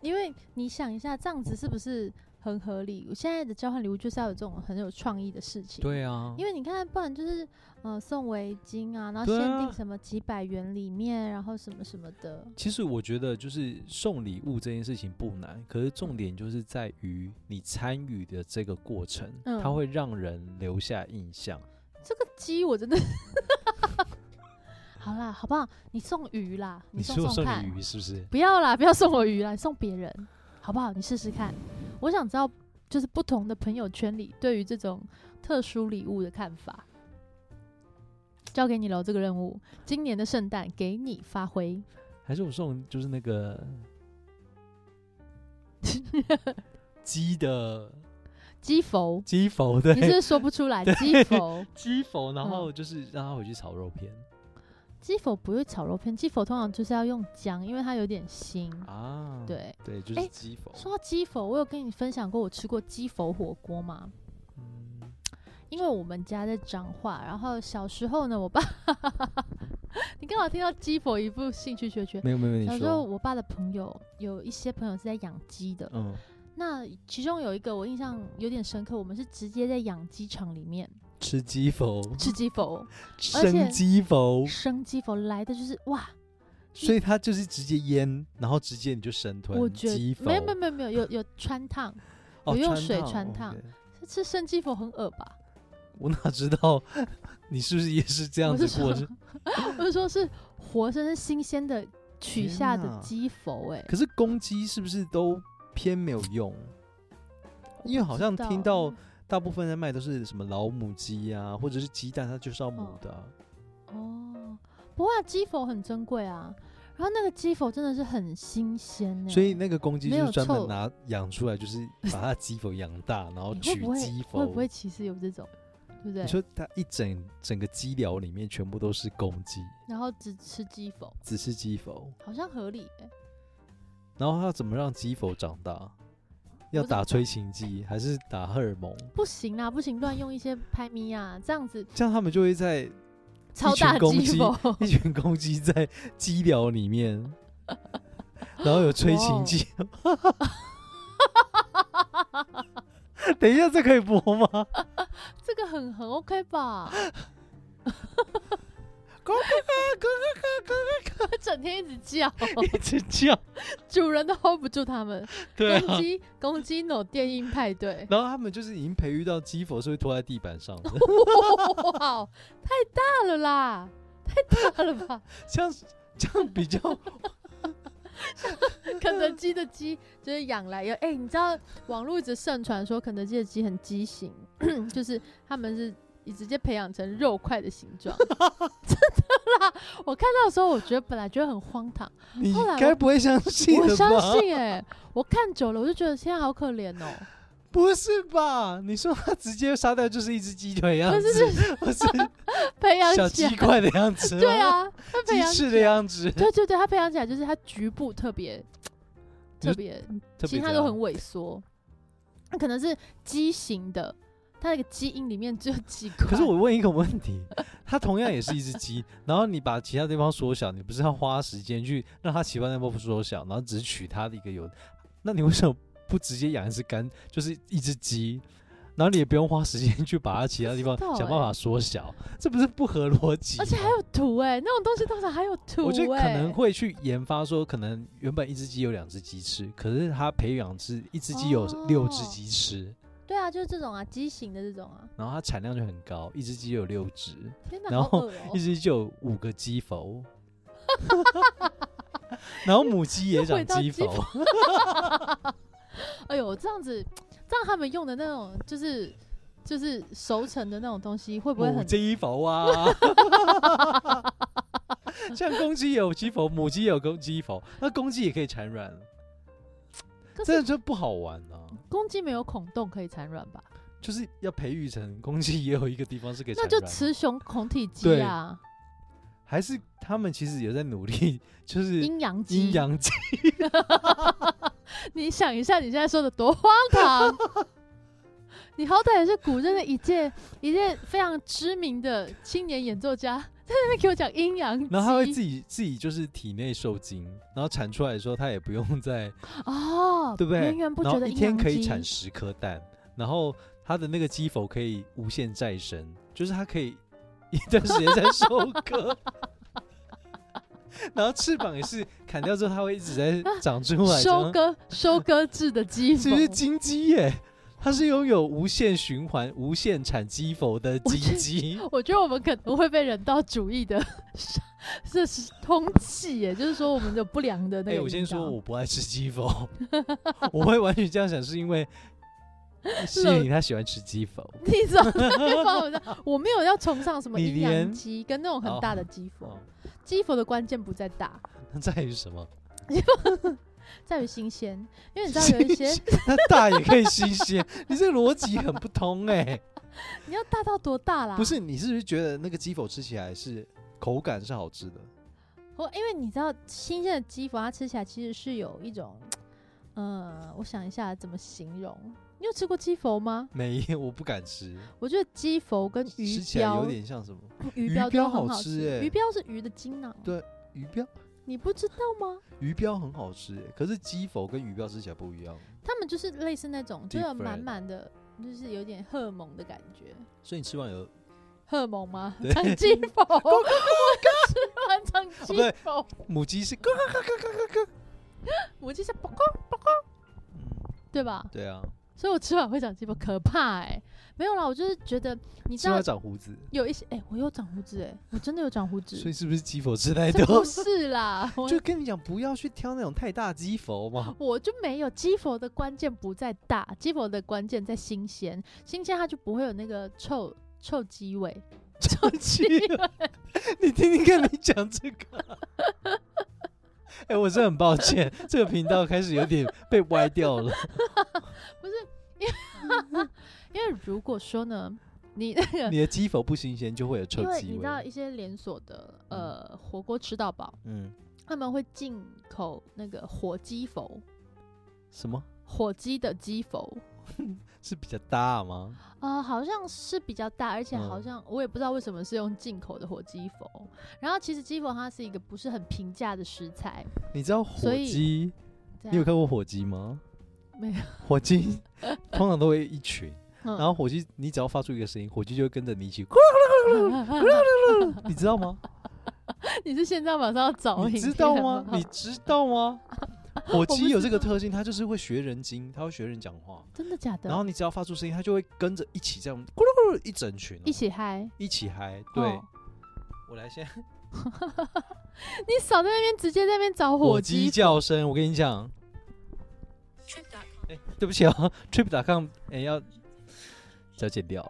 [SPEAKER 2] 因为你想一下，这样子是不是很合理？我现在的交换礼物就是要有这种很有创意的事 情。
[SPEAKER 1] 对啊，
[SPEAKER 2] 因为你看，不然就是呃送围巾啊，然后
[SPEAKER 1] 对
[SPEAKER 2] 限
[SPEAKER 1] 啊
[SPEAKER 2] 定什么几百元里面，然后什么什么的。
[SPEAKER 1] 其实我觉得，就是送礼物这件事情不难，可是重点就是在于你参与的这个过程，
[SPEAKER 2] 嗯
[SPEAKER 1] 它会让人留下印象。
[SPEAKER 2] 这个鸡我真的，好啦，好不好？你送鱼啦，
[SPEAKER 1] 你
[SPEAKER 2] 送
[SPEAKER 1] 说我
[SPEAKER 2] 送
[SPEAKER 1] 送
[SPEAKER 2] 看
[SPEAKER 1] 你，鱼是不是？
[SPEAKER 2] 不要啦，不要 送我鱼啦，你送别人好不好？你试试看，我想知道就是不同的朋友圈里对于这种特殊礼物的看法。交给你喽，这个任务，今年的圣诞给你发挥。
[SPEAKER 1] 还是我送就是那个鸡的
[SPEAKER 2] 鸡佛，
[SPEAKER 1] 鸡否
[SPEAKER 2] 你是不嗯
[SPEAKER 1] 对
[SPEAKER 2] 是说不出来？
[SPEAKER 1] 对
[SPEAKER 2] 鸡佛，
[SPEAKER 1] 鸡否，然后就是让他回去炒肉片
[SPEAKER 2] 鸡佛不会炒肉片，鸡佛通常就是要用姜，因为它有点腥。
[SPEAKER 1] 啊。
[SPEAKER 2] 对，
[SPEAKER 1] 对，就
[SPEAKER 2] 哎
[SPEAKER 1] 是鸡否。
[SPEAKER 2] 说到鸡佛，我有跟你分享过我吃过鸡佛火锅吗？
[SPEAKER 1] 嗯
[SPEAKER 2] 因为我们家在彰化，然后小时候呢，我爸， 你刚好听到鸡佛一部兴趣缺缺。
[SPEAKER 1] 没有没有，
[SPEAKER 2] 小
[SPEAKER 1] 你
[SPEAKER 2] 时候
[SPEAKER 1] 说
[SPEAKER 2] 我爸的朋友有一些朋友是在养鸡的，
[SPEAKER 1] 嗯
[SPEAKER 2] 那其中有一个我印象有点深刻，我们是直接在养鸡场里面
[SPEAKER 1] 吃鸡否，
[SPEAKER 2] 吃鸡佛，
[SPEAKER 1] 哦
[SPEAKER 2] 而且
[SPEAKER 1] 生鸡否。
[SPEAKER 2] 生鸡佛来的就是哇，
[SPEAKER 1] 所以它就是直接腌，然后直接你就生吞。
[SPEAKER 2] 我觉
[SPEAKER 1] 鸡
[SPEAKER 2] 得
[SPEAKER 1] 否
[SPEAKER 2] 没有没有没有没有有有穿烫，
[SPEAKER 1] 哦
[SPEAKER 2] 我用水穿
[SPEAKER 1] 哦
[SPEAKER 2] 烫
[SPEAKER 1] 对
[SPEAKER 2] 吃生鸡佛很恶吧？
[SPEAKER 1] 我哪知道你是不是也是这样
[SPEAKER 2] 我
[SPEAKER 1] 子
[SPEAKER 2] 是
[SPEAKER 1] 过
[SPEAKER 2] 说
[SPEAKER 1] 日？，
[SPEAKER 2] 我是说是活生生新鲜的取
[SPEAKER 1] 天
[SPEAKER 2] 下的
[SPEAKER 1] 哪
[SPEAKER 2] 鸡佛、欸，哎，
[SPEAKER 1] 可是公鸡是不是都偏没有用？因为好像听到大部分在卖都是什么老母鸡啊，或者是鸡蛋，它就是要母的啊、
[SPEAKER 2] 哦，不过啊鸡否很珍贵啊，然后那个鸡否真的是很新鲜呢、
[SPEAKER 1] 所以那个公鸡
[SPEAKER 2] 没
[SPEAKER 1] 就
[SPEAKER 2] 有
[SPEAKER 1] 是专门
[SPEAKER 2] 臭
[SPEAKER 1] 拿养出来，就是把它的鸡否养大，然后
[SPEAKER 2] 你会
[SPEAKER 1] 取
[SPEAKER 2] 不会
[SPEAKER 1] 鸡
[SPEAKER 2] 会
[SPEAKER 1] 否
[SPEAKER 2] 不。会其实有这种，对不
[SPEAKER 1] 你
[SPEAKER 2] 对？
[SPEAKER 1] 说它一整整个鸡寮里面全部都是公鸡，
[SPEAKER 2] 然后只吃鸡否，
[SPEAKER 1] 只是鸡否。
[SPEAKER 2] 好像合理、欸。
[SPEAKER 1] 然后他要怎么让鸡否长大？要
[SPEAKER 2] 不知道
[SPEAKER 1] 打催情剂还是打荷尔蒙？
[SPEAKER 2] 不行啦，不行，乱用一些拍咪啊，这样子
[SPEAKER 1] 这样他们就会在
[SPEAKER 2] 超大
[SPEAKER 1] 公
[SPEAKER 2] 鸡
[SPEAKER 1] 鸡
[SPEAKER 2] 否，
[SPEAKER 1] 一群公鸡在鸡寮里 面，然后有催情剂。 等一下，这可以播 吗？
[SPEAKER 2] 这个很很 OK 吧？
[SPEAKER 1] 咕
[SPEAKER 2] 整天一直叫，
[SPEAKER 1] 一直叫，
[SPEAKER 2] 主人都 hold 不住他们。
[SPEAKER 1] 对
[SPEAKER 2] 公
[SPEAKER 1] 啊。，
[SPEAKER 2] 鸡公鸡脑电音派 对
[SPEAKER 1] 然后他们就是已经培育到鸡否是会拖在地板上 的，
[SPEAKER 2] 哇，太大了啦，太大了吧？
[SPEAKER 1] 这样这样比较
[SPEAKER 2] 肯德基的鸡就是养来有哎、你知道网络一直盛传说肯德基的鸡很畸形， 就是他们是直接培养成肉块的形状， 真的啦！我看到的时候，我觉得本来觉得很荒唐，
[SPEAKER 1] 你
[SPEAKER 2] 后来我
[SPEAKER 1] 该不会相信
[SPEAKER 2] 我
[SPEAKER 1] 了吧？
[SPEAKER 2] 相信哎、我看久了我就觉得现在好可怜 哦、
[SPEAKER 1] 不是吧？你说他直接杀掉就是一只鸡腿样
[SPEAKER 2] 不是
[SPEAKER 1] 子，不 是
[SPEAKER 2] 培养
[SPEAKER 1] 小鸡
[SPEAKER 2] 起来，
[SPEAKER 1] 块的样子，
[SPEAKER 2] 对，啊，它培
[SPEAKER 1] 鸡
[SPEAKER 2] 养
[SPEAKER 1] 翅
[SPEAKER 2] 起
[SPEAKER 1] 的
[SPEAKER 2] 来，
[SPEAKER 1] 样子，
[SPEAKER 2] 对对对，它培养起来就是它局部特别特别，
[SPEAKER 1] 特
[SPEAKER 2] 其
[SPEAKER 1] 别
[SPEAKER 2] 他
[SPEAKER 1] 这样
[SPEAKER 2] 都很萎缩，那可能是畸形的，它那个基因里面只有几块。
[SPEAKER 1] 可是我问一个问题， 它同样也是一只鸡， 然后你把其他地方缩小，你不是要花时间去让它其他地方不缩小，然后只取它的一个有，那你为什么不直接养一只干，就是一只鸡，然后你也不用花时间去把它其他地方
[SPEAKER 2] 不知道
[SPEAKER 1] 想
[SPEAKER 2] 欸
[SPEAKER 1] 办法缩小，这不是不合逻辑吗？
[SPEAKER 2] 而且还有图哎、那种东西通常还有图、哎，
[SPEAKER 1] 我觉得可能会去研发说，可能原本一只鸡有两只鸡吃，可是它培养是一只鸡有六只
[SPEAKER 2] 哦
[SPEAKER 1] 鸡吃，
[SPEAKER 2] 对啊，就是这种啊，畸形的这种啊，
[SPEAKER 1] 然后它产量就很高，一只鸡有六只，
[SPEAKER 2] 天哪，
[SPEAKER 1] 然
[SPEAKER 2] 好
[SPEAKER 1] 后
[SPEAKER 2] 恶哦
[SPEAKER 1] 一只鸡有五个鸡佛，然后母鸡也
[SPEAKER 2] 又
[SPEAKER 1] 长
[SPEAKER 2] 回到
[SPEAKER 1] 鸡
[SPEAKER 2] 鸡
[SPEAKER 1] 佛，
[SPEAKER 2] 哎呦，这样子，这样他们用的那种就是就是熟成的那种东西，会不会
[SPEAKER 1] 母
[SPEAKER 2] 很？
[SPEAKER 1] 鸡佛啊， 像公鸡也有鸡佛，母鸡也有公鸡佛，那公鸡也可以产卵，
[SPEAKER 2] 可
[SPEAKER 1] 这
[SPEAKER 2] 是
[SPEAKER 1] 就不好玩啊。
[SPEAKER 2] 公鸡没有孔洞可以产卵吧？
[SPEAKER 1] 就是要培育成公鸡也有一个地方是可以产
[SPEAKER 2] 那
[SPEAKER 1] 卵的，
[SPEAKER 2] 就雌雄孔体鸡啊，
[SPEAKER 1] 还是他们其实也在努力， 就是
[SPEAKER 2] 阴阳啊鸡。
[SPEAKER 1] 阴 阳鸡。
[SPEAKER 2] 你想一下，你现在说的多荒唐！你好歹也是古人的一届 一届非常知名的青年演奏家，在那边给我讲阴阳鸡，
[SPEAKER 1] 然后他会自己自己就是体内受精，然后产出来的时候，他也不用再
[SPEAKER 2] 哦，
[SPEAKER 1] 对不对
[SPEAKER 2] 源源不
[SPEAKER 1] 然
[SPEAKER 2] 绝
[SPEAKER 1] 后
[SPEAKER 2] 的
[SPEAKER 1] 一
[SPEAKER 2] 阴
[SPEAKER 1] 天
[SPEAKER 2] 阳
[SPEAKER 1] 可以
[SPEAKER 2] 鸡
[SPEAKER 1] 产十颗蛋，然后它的那个鸡否可以无限再生，就是它可以 一段时间再收割。 然后翅膀也是砍掉之后，它会一直 在长出来。
[SPEAKER 2] 收割收割制 的鸡
[SPEAKER 1] 这
[SPEAKER 2] 粉，
[SPEAKER 1] 样，这是金鸡耶，它是拥有无限循环、无限产鸡否的
[SPEAKER 2] 我
[SPEAKER 1] 金
[SPEAKER 2] 觉得
[SPEAKER 1] 鸡。
[SPEAKER 2] 我觉得我们可能会被人道主义的 这是通缉耶，就是说我们的不良的那
[SPEAKER 1] 哎、
[SPEAKER 2] 个、
[SPEAKER 1] 我先说，我，不爱吃鸡否， 我会完全这样想，是因为吸
[SPEAKER 2] 冷
[SPEAKER 1] 引他喜欢吃鸡否。
[SPEAKER 2] 你怎么会把我这样我没有要崇尚什么
[SPEAKER 1] 你
[SPEAKER 2] 阴阳
[SPEAKER 1] 连
[SPEAKER 2] 鸡跟那种很大的鸡佛
[SPEAKER 1] 哦，，
[SPEAKER 2] 鸡佛的关键不在大，
[SPEAKER 1] 那在于什么？
[SPEAKER 2] 在于新鲜，因为你知道有一些
[SPEAKER 1] 新那大也可以新鲜， 你这个逻辑很不通哎、
[SPEAKER 2] 你要大到多大啦？
[SPEAKER 1] 不是，你是不是觉得那个鸡否吃起来是口感是好吃的？
[SPEAKER 2] 我，因为你知道新鲜的鸡佛它吃起来其实是有一种，呃，我想一下怎么形容。你有吃过鸡佛吗？
[SPEAKER 1] 没，我不敢吃，
[SPEAKER 2] 我觉得鸡佛跟鱼
[SPEAKER 1] 吃起来
[SPEAKER 2] 标
[SPEAKER 1] 有点像什么
[SPEAKER 2] 鱼
[SPEAKER 1] 鱼
[SPEAKER 2] 标
[SPEAKER 1] 标
[SPEAKER 2] 都很
[SPEAKER 1] 好
[SPEAKER 2] 好
[SPEAKER 1] 吃欸
[SPEAKER 2] 鱼标是鱼的精囊，
[SPEAKER 1] 对鱼标。
[SPEAKER 2] 你不知道吗？
[SPEAKER 1] 鱼标很好吃、欸，可是鸡否跟鱼标吃起来不一样，
[SPEAKER 2] 他们就是类似那种，就
[SPEAKER 1] Deep
[SPEAKER 2] 有满
[SPEAKER 1] fried
[SPEAKER 2] 满的，就是有点荷尔蒙的感觉。
[SPEAKER 1] 所以你吃完有哦，
[SPEAKER 2] 荷尔蒙吗
[SPEAKER 1] 对？
[SPEAKER 2] 长肌否？ 我吃完
[SPEAKER 1] 哦
[SPEAKER 2] 长
[SPEAKER 1] 不
[SPEAKER 2] 肌
[SPEAKER 1] 对
[SPEAKER 2] 否，
[SPEAKER 1] 母鸡是，
[SPEAKER 2] 啊我就是不够，
[SPEAKER 1] 嗯，
[SPEAKER 2] 对吧？
[SPEAKER 1] 对啊，
[SPEAKER 2] 所以我吃完会长肌否，可怕哎、没有啦，我就是觉得，你知
[SPEAKER 1] 吃
[SPEAKER 2] 道
[SPEAKER 1] 完长胡子，
[SPEAKER 2] 有一些哎、我有长胡子哎、我真的有长胡子
[SPEAKER 1] 所，以是不是鸡否吃太
[SPEAKER 2] 这
[SPEAKER 1] 多
[SPEAKER 2] 不？是 啦，我
[SPEAKER 1] 就跟你讲，不要去挑那种太大鸡佛嘛。
[SPEAKER 2] 我就没有鸡佛的关键不在大，鸡佛的关键在新鲜，新鲜它就不会有那个臭臭鸡味。
[SPEAKER 1] 臭鸡， 你听听看，你讲这个。哎、我真的很抱歉，这个频道开始有点被歪掉 了。
[SPEAKER 2] 不是因为因为如果说呢，你那个
[SPEAKER 1] 你的鸡否不新鲜，就会有臭
[SPEAKER 2] 因为
[SPEAKER 1] 鸡
[SPEAKER 2] 你知道
[SPEAKER 1] 味。
[SPEAKER 2] 一些连锁的呃火锅吃到饱，
[SPEAKER 1] 嗯，
[SPEAKER 2] 他们会进口那个火鸡佛，
[SPEAKER 1] 什么
[SPEAKER 2] 火鸡的鸡佛。
[SPEAKER 1] 是比较大吗？
[SPEAKER 2] 呃，好像是比较大，而且好
[SPEAKER 1] 嗯
[SPEAKER 2] 像我也不知道为什么是用进口的火鸡佛。然后其实鸡佛它是一个不是很平价的食材，
[SPEAKER 1] 你知道火
[SPEAKER 2] 所以
[SPEAKER 1] 鸡？
[SPEAKER 2] 这
[SPEAKER 1] 你有
[SPEAKER 2] 样
[SPEAKER 1] 看过火鸡吗？
[SPEAKER 2] 没有？
[SPEAKER 1] 火鸡通常都会一群，
[SPEAKER 2] 嗯
[SPEAKER 1] 然后火鸡你只要发出一个声音，火鸡就会跟着你一 起咕，你知道吗？
[SPEAKER 2] 你是现在马上要找
[SPEAKER 1] 你
[SPEAKER 2] 影
[SPEAKER 1] 知
[SPEAKER 2] 片
[SPEAKER 1] 道吗？
[SPEAKER 2] 吗
[SPEAKER 1] 你知道 吗？火
[SPEAKER 2] 啊不
[SPEAKER 1] 鸡有
[SPEAKER 2] 知
[SPEAKER 1] 这个
[SPEAKER 2] 道
[SPEAKER 1] 特性，它就是会学人精，它会学人讲话。
[SPEAKER 2] 真的假的？
[SPEAKER 1] 然后你只要发出声音，它就会跟着一起这样咕噜咕噜一整群哦、
[SPEAKER 2] 一起嗨，
[SPEAKER 1] 一起嗨。对，
[SPEAKER 2] 哦
[SPEAKER 1] 我来先
[SPEAKER 2] 你少在那边直接在那边找
[SPEAKER 1] 火
[SPEAKER 2] 火
[SPEAKER 1] 鸡
[SPEAKER 2] 鸡
[SPEAKER 1] 叫声，我跟你讲，哎、对不起哦 ，trip.com，哎、要要剪掉。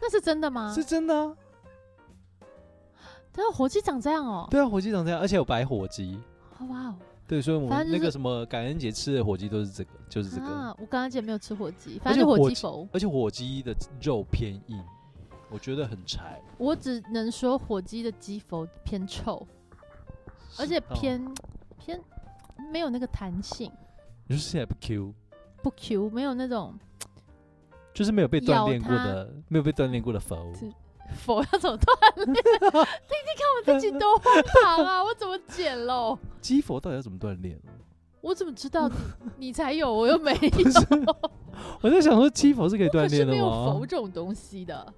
[SPEAKER 2] 那是真的吗？
[SPEAKER 1] 是真的啊，
[SPEAKER 2] 真的火鸡长这样哦、
[SPEAKER 1] 对啊，火鸡长这样，而且有白火鸡，
[SPEAKER 2] 好哇哦！
[SPEAKER 1] 对，所以我
[SPEAKER 2] 反
[SPEAKER 1] 们
[SPEAKER 2] 正
[SPEAKER 1] 那
[SPEAKER 2] 就是
[SPEAKER 1] 个什么感恩节吃的火鸡都是这个，就是这个，
[SPEAKER 2] 啊，我刚刚姐没有吃火鸡，
[SPEAKER 1] 而
[SPEAKER 2] 反
[SPEAKER 1] 且
[SPEAKER 2] 正就
[SPEAKER 1] 火
[SPEAKER 2] 火鸡
[SPEAKER 1] 鸡
[SPEAKER 2] 否
[SPEAKER 1] 而且火鸡的肉偏硬，我觉得很柴，
[SPEAKER 2] 我只能说火鸡的鸡佛偏臭，而且
[SPEAKER 1] 嗯哦
[SPEAKER 2] 偏、偏没有那个弹性，
[SPEAKER 1] 你就是现在不 Q，
[SPEAKER 2] 不 Q，没有那种
[SPEAKER 1] 就是没有被
[SPEAKER 2] 咬
[SPEAKER 1] 锻炼过
[SPEAKER 2] 它
[SPEAKER 1] 的，没有被锻炼过的佛。
[SPEAKER 2] 是哦佛要怎么锻炼？听听看我自己多荒唐啊！我怎么剪喽？
[SPEAKER 1] 鸡佛到底要怎么锻炼？
[SPEAKER 2] 我怎么 知道你你才有，我又没有？
[SPEAKER 1] 不是，我在想说鸡佛是可以
[SPEAKER 2] 我
[SPEAKER 1] 锻
[SPEAKER 2] 可是
[SPEAKER 1] 炼的啊
[SPEAKER 2] 没有
[SPEAKER 1] 吗
[SPEAKER 2] 佛？这种东西的。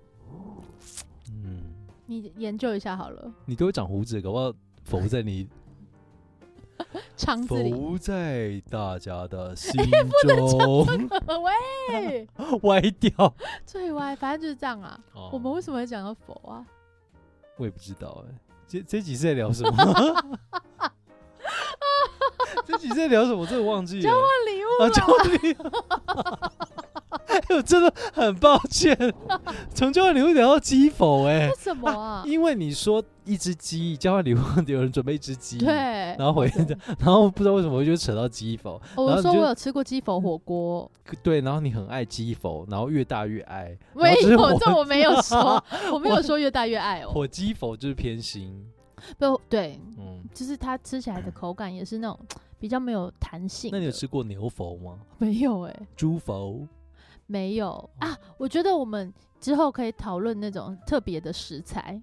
[SPEAKER 1] 嗯，
[SPEAKER 2] 你研究一下好了，
[SPEAKER 1] 你都会长胡子，搞不好佛在你
[SPEAKER 2] 肠子嗯里。
[SPEAKER 1] 佛在大家的心中
[SPEAKER 2] 喂，
[SPEAKER 1] 歪掉。
[SPEAKER 2] 最歪，反正就是这样啊。我们为
[SPEAKER 1] 哦
[SPEAKER 2] 什么会讲到佛啊？
[SPEAKER 1] 我也不知道哎、这这几次在聊什么？ 这几次在聊什么？我真的忘记了。
[SPEAKER 2] 换礼物
[SPEAKER 1] 啊，
[SPEAKER 2] 了，
[SPEAKER 1] 终于， 哎我真的很抱歉，从交换礼物聊到鸡否哎、
[SPEAKER 2] 为什么 啊？
[SPEAKER 1] 因为你说一只鸡交换礼物，有人准备一只鸡，
[SPEAKER 2] 对，
[SPEAKER 1] 然后回
[SPEAKER 2] 真的
[SPEAKER 1] 然后不知道为什么我就扯到鸡否，
[SPEAKER 2] 哦
[SPEAKER 1] 然
[SPEAKER 2] 我
[SPEAKER 1] 后
[SPEAKER 2] 说
[SPEAKER 1] 你就
[SPEAKER 2] 我有吃过鸡佛火锅，
[SPEAKER 1] 对，然后你很爱鸡否，然后越大越爱，
[SPEAKER 2] 没
[SPEAKER 1] 然后就是
[SPEAKER 2] 有，
[SPEAKER 1] 火
[SPEAKER 2] 这我没有说，我没有说越大越爱哦。
[SPEAKER 1] 火鸡否就是偏心，
[SPEAKER 2] 不，对，
[SPEAKER 1] 嗯，
[SPEAKER 2] 就是它吃起来 的口感也是那种比较没有弹性的。
[SPEAKER 1] 那你有吃过哦牛否吗？
[SPEAKER 2] 没有？哎，
[SPEAKER 1] 猪否？
[SPEAKER 2] 没有啊，我觉得我们之后可以讨论那种特别的食材，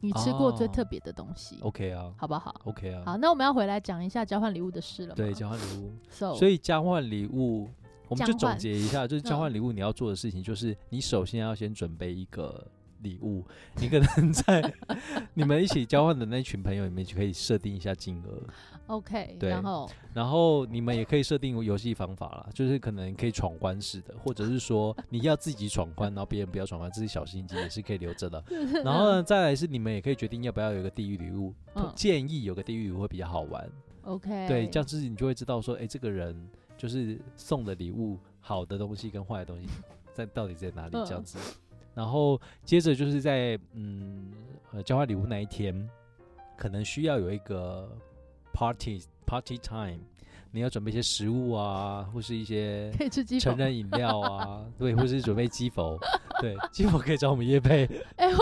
[SPEAKER 2] 你吃过最
[SPEAKER 1] 哦
[SPEAKER 2] 特别的东西，
[SPEAKER 1] OK 啊
[SPEAKER 2] 好不好？
[SPEAKER 1] ，OK 啊，
[SPEAKER 2] 好，那我们要回来讲一下交换礼物的事了吗。
[SPEAKER 1] 对，交换礼物。
[SPEAKER 2] So，
[SPEAKER 1] 所以交换礼物，我们就
[SPEAKER 2] 哦交换
[SPEAKER 1] 总结一下，就是交
[SPEAKER 2] 嗯
[SPEAKER 1] 换礼物你要做的事情，就是你首先要先准备一个礼 物，你可能在 你们一起交换的那群朋友里面，就可以设定一下金额，
[SPEAKER 2] OK，
[SPEAKER 1] 对
[SPEAKER 2] 然后
[SPEAKER 1] 然后你们也可以设定游戏方法啦，就是可能可以闯关式的，或者是说你要自己闯关，然后别人不要闯关，这些小心机也是可以留着的。然后呢，再来是你们也可以决定要不要有一个地狱礼物，
[SPEAKER 2] 嗯
[SPEAKER 1] 建议有个地狱礼物会比较好玩。
[SPEAKER 2] OK，
[SPEAKER 1] 对，这样子你就会知道说，哎、这个人就是送的礼物，好的东西跟坏的东西在到底在哪里
[SPEAKER 2] 嗯
[SPEAKER 1] 这样子。然后接着就是在嗯呃交换礼物那一天，可能需要有一个 party party time，你要准备一些食物啊，或是一些
[SPEAKER 2] 可以吃鸡
[SPEAKER 1] 成
[SPEAKER 2] 粉。
[SPEAKER 1] 人饮料啊，对，或是准备鸡否，对，鸡否可以找我们叶配，
[SPEAKER 2] 哎， 我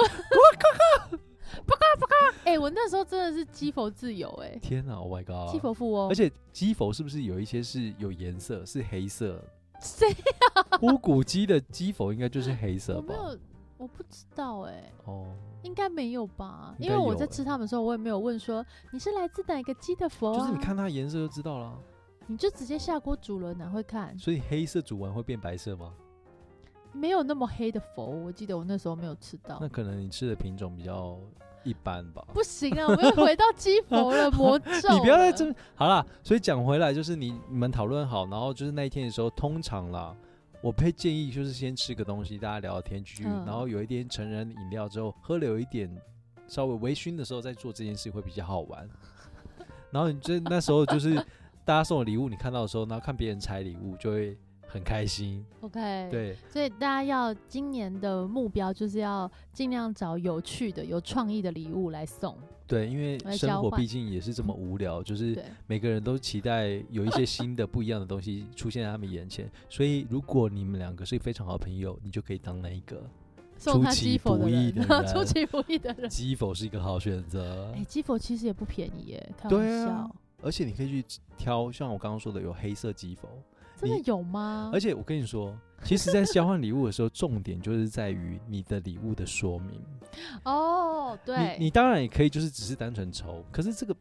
[SPEAKER 2] 哎，我那时候真的是鸡佛自由哎，
[SPEAKER 1] 天哪，Oh my
[SPEAKER 2] 鸡
[SPEAKER 1] god！
[SPEAKER 2] 佛富翁
[SPEAKER 1] 而，且鸡否是不是有一些是有颜色，是黑色？
[SPEAKER 2] 谁
[SPEAKER 1] 乌骨鸡的鸡否应该就是黑色
[SPEAKER 2] 我没
[SPEAKER 1] 吧？
[SPEAKER 2] 有，我不知道哎，
[SPEAKER 1] 哦，
[SPEAKER 2] 应该没有吧？
[SPEAKER 1] 应
[SPEAKER 2] 因
[SPEAKER 1] 该
[SPEAKER 2] 为我
[SPEAKER 1] 有
[SPEAKER 2] 在
[SPEAKER 1] 哎
[SPEAKER 2] 吃它们的时候，我也没有问说你是来自哪个鸡的佛啊，
[SPEAKER 1] 就是你看它颜色就知道了。
[SPEAKER 2] 你就直接下锅煮了，哪会看？
[SPEAKER 1] 所以黑色煮完会变白色吗？
[SPEAKER 2] 没有那么黑的佛，我记得我那时候没有吃到
[SPEAKER 1] 那。可能你吃的品种比较一般吧。
[SPEAKER 2] 不行啊，我们又回到鸡佛 了，魔咒了。
[SPEAKER 1] 你不要在这好啦。所以讲回来，就是你你们讨论好，然后就是那一天的时候，通常啦，我会建议就是先吃个东西，大家聊聊天继续，
[SPEAKER 2] 嗯
[SPEAKER 1] 然后有一点成人饮料之后，喝了有一点稍微微醺的时候再做这件事会比较好玩。然后你就那时候就是大家送的礼物，你看到的时候，然后看别人拆礼物就会很开心。
[SPEAKER 2] OK。，
[SPEAKER 1] 对，
[SPEAKER 2] 所以大家要今年的目标就是要尽量找有趣的、有创意的礼物来送。
[SPEAKER 1] 对，因为
[SPEAKER 2] 来
[SPEAKER 1] 生
[SPEAKER 2] 交
[SPEAKER 1] 活
[SPEAKER 2] 换
[SPEAKER 1] 毕竟也是这么无聊，就是
[SPEAKER 2] 对，
[SPEAKER 1] 每个人都期待有一些新的、不一样的东西出现在他们眼前。所以，如果你们两个是非常好的朋友，你就可以当那一个
[SPEAKER 2] 送他
[SPEAKER 1] 出其
[SPEAKER 2] 鸡佛
[SPEAKER 1] 不意
[SPEAKER 2] 人
[SPEAKER 1] 的，人
[SPEAKER 2] 出其不意的 人。
[SPEAKER 1] 鸡否是一个好选择
[SPEAKER 2] 哎、。鸡佛其实也不便宜耶，开玩
[SPEAKER 1] 对
[SPEAKER 2] 笑，
[SPEAKER 1] 啊而且你可以去挑，像我刚刚说的，有黑色鸡否。
[SPEAKER 2] 真的
[SPEAKER 1] 你
[SPEAKER 2] 有吗？
[SPEAKER 1] 而且我跟你说，其实，在交换礼物的时候，重点就是在于你的礼物的说明。
[SPEAKER 2] 哦，对，
[SPEAKER 1] 你你当然也可以，就是只是单纯抽，可是这个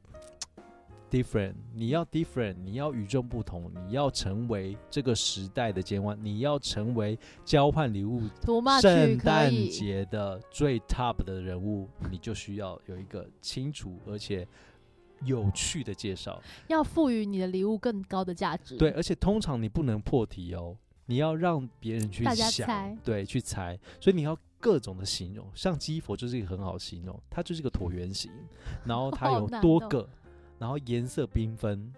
[SPEAKER 1] different，你要 different，你要与众不同，你要成为这个时代的尖端，你要成为交换礼物
[SPEAKER 2] 土马
[SPEAKER 1] 圣
[SPEAKER 2] 去可
[SPEAKER 1] 诞
[SPEAKER 2] 以，
[SPEAKER 1] 节的最 top 的人物，你就需要有一个清楚而且有趣的介绍。
[SPEAKER 2] 要赋予你的礼物更高的价值。
[SPEAKER 1] 对，而且通常你不能破题哦，你要让别人去
[SPEAKER 2] 大家
[SPEAKER 1] 想
[SPEAKER 2] 猜，
[SPEAKER 1] 对，去猜，所以你要各种的形容，像基佛就是一个很好形容，它就是一个椭圆形，然后它
[SPEAKER 2] 好
[SPEAKER 1] 有
[SPEAKER 2] 难
[SPEAKER 1] 多
[SPEAKER 2] 哦
[SPEAKER 1] 个，然后颜色缤纷，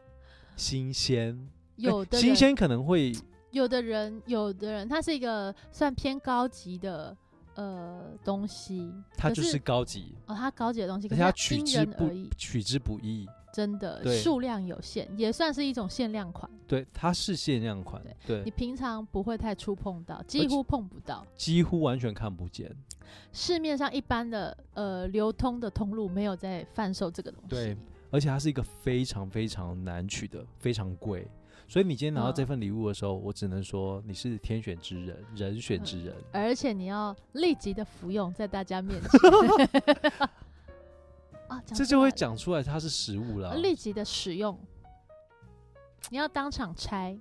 [SPEAKER 1] 新鲜，哎
[SPEAKER 2] 有的
[SPEAKER 1] 新
[SPEAKER 2] 人
[SPEAKER 1] 鲜可能会
[SPEAKER 2] 有的人，有的人他是一个算偏高级的呃东西，
[SPEAKER 1] 它
[SPEAKER 2] 可
[SPEAKER 1] 就是是高级，
[SPEAKER 2] 哦，他高级的东西，可
[SPEAKER 1] 而且
[SPEAKER 2] 是
[SPEAKER 1] 它
[SPEAKER 2] 他
[SPEAKER 1] 取
[SPEAKER 2] 因
[SPEAKER 1] 之
[SPEAKER 2] 人
[SPEAKER 1] 不
[SPEAKER 2] 而异，
[SPEAKER 1] 取之不易，
[SPEAKER 2] 真的
[SPEAKER 1] 对
[SPEAKER 2] 数量有限，也算是一种限量款。
[SPEAKER 1] 对，它是限量款，对，
[SPEAKER 2] 你平常不会太触碰到，几
[SPEAKER 1] 且
[SPEAKER 2] 乎碰不到。
[SPEAKER 1] 几乎完全看不见。
[SPEAKER 2] 市面上一般的呃流通的通路没有在贩售这个东西。
[SPEAKER 1] 对而且它是一个非常非常难取的，非常贵。所以你今天拿到这份礼物的时候，我只能说你是天选之人，人选之人。
[SPEAKER 2] 而且你要立即的服用，在大家面前。 啊，
[SPEAKER 1] 这就会
[SPEAKER 2] 出
[SPEAKER 1] 讲出来它是食物
[SPEAKER 2] 来
[SPEAKER 1] 啦
[SPEAKER 2] 了，立即的使用，你要当场拆。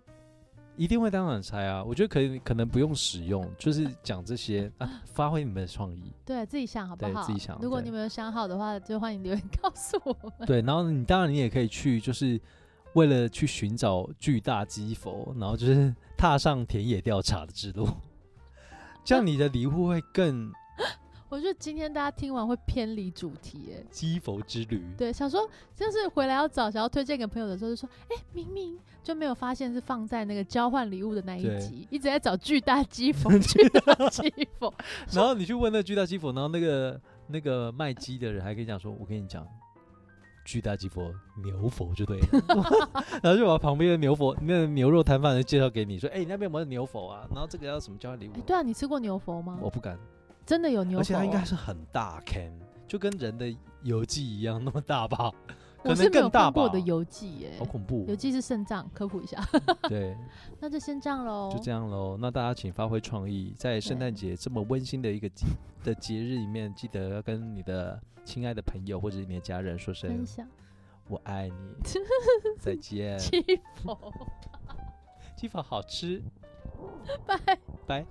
[SPEAKER 1] 一定会当场拆啊。我觉得可以，可能不用使用，就是讲这些啊，发挥你们的创意。
[SPEAKER 2] 对自己想好不
[SPEAKER 1] 对
[SPEAKER 2] 好？
[SPEAKER 1] 自己想
[SPEAKER 2] 如果
[SPEAKER 1] 对
[SPEAKER 2] 你们有想好的话，就欢迎留言告诉我们。
[SPEAKER 1] 对，然后你当然你也可以去，就是为了去寻找巨大鸡佛，然后就是踏上田野调查的之路，这样你的礼物会更
[SPEAKER 2] 我觉得今天大家听完会偏离主题，哎，
[SPEAKER 1] 鸡佛之旅。
[SPEAKER 2] 对，想说就是回来要找想要推荐给朋友的时候，就说，哎、明明就没有发现是放在那个交换礼物的那一
[SPEAKER 1] 对
[SPEAKER 2] 集，一直在找巨大 鸡缝，巨大鸡缝，
[SPEAKER 1] 然后你去问那巨大鸡佛，然后那个那个卖鸡的人还跟你讲说：“我跟你讲，巨大鸡佛牛佛就对了。” 然后就把旁边的牛佛那个牛肉摊贩的介绍给你说：“哎、你那边有没有牛佛啊？然后这个要什么交换礼物
[SPEAKER 2] 哎、？”对啊，你吃过牛佛吗？
[SPEAKER 1] 我不敢，
[SPEAKER 2] 真的有牛佛、哦，
[SPEAKER 1] 而且它应该是很大 can，就跟人的邮寄一样那么大吧，可
[SPEAKER 2] 我
[SPEAKER 1] 能
[SPEAKER 2] 是没有
[SPEAKER 1] 更大
[SPEAKER 2] 看
[SPEAKER 1] 吧哦
[SPEAKER 2] 过。的邮寄耶
[SPEAKER 1] 好，恐怖哦
[SPEAKER 2] 邮！寄是肾脏，科普一下。
[SPEAKER 1] 对，
[SPEAKER 2] 那就先这样喽，
[SPEAKER 1] 就这样喽。那大家请发挥创意，在圣诞节这么温馨的一个节的节日里面，记得要跟你的亲爱的朋友或者你的家人说声
[SPEAKER 2] 分享
[SPEAKER 1] 我爱你，再见。
[SPEAKER 2] 鸡缝。
[SPEAKER 1] 鸡饭好吃，
[SPEAKER 2] 拜
[SPEAKER 1] 拜。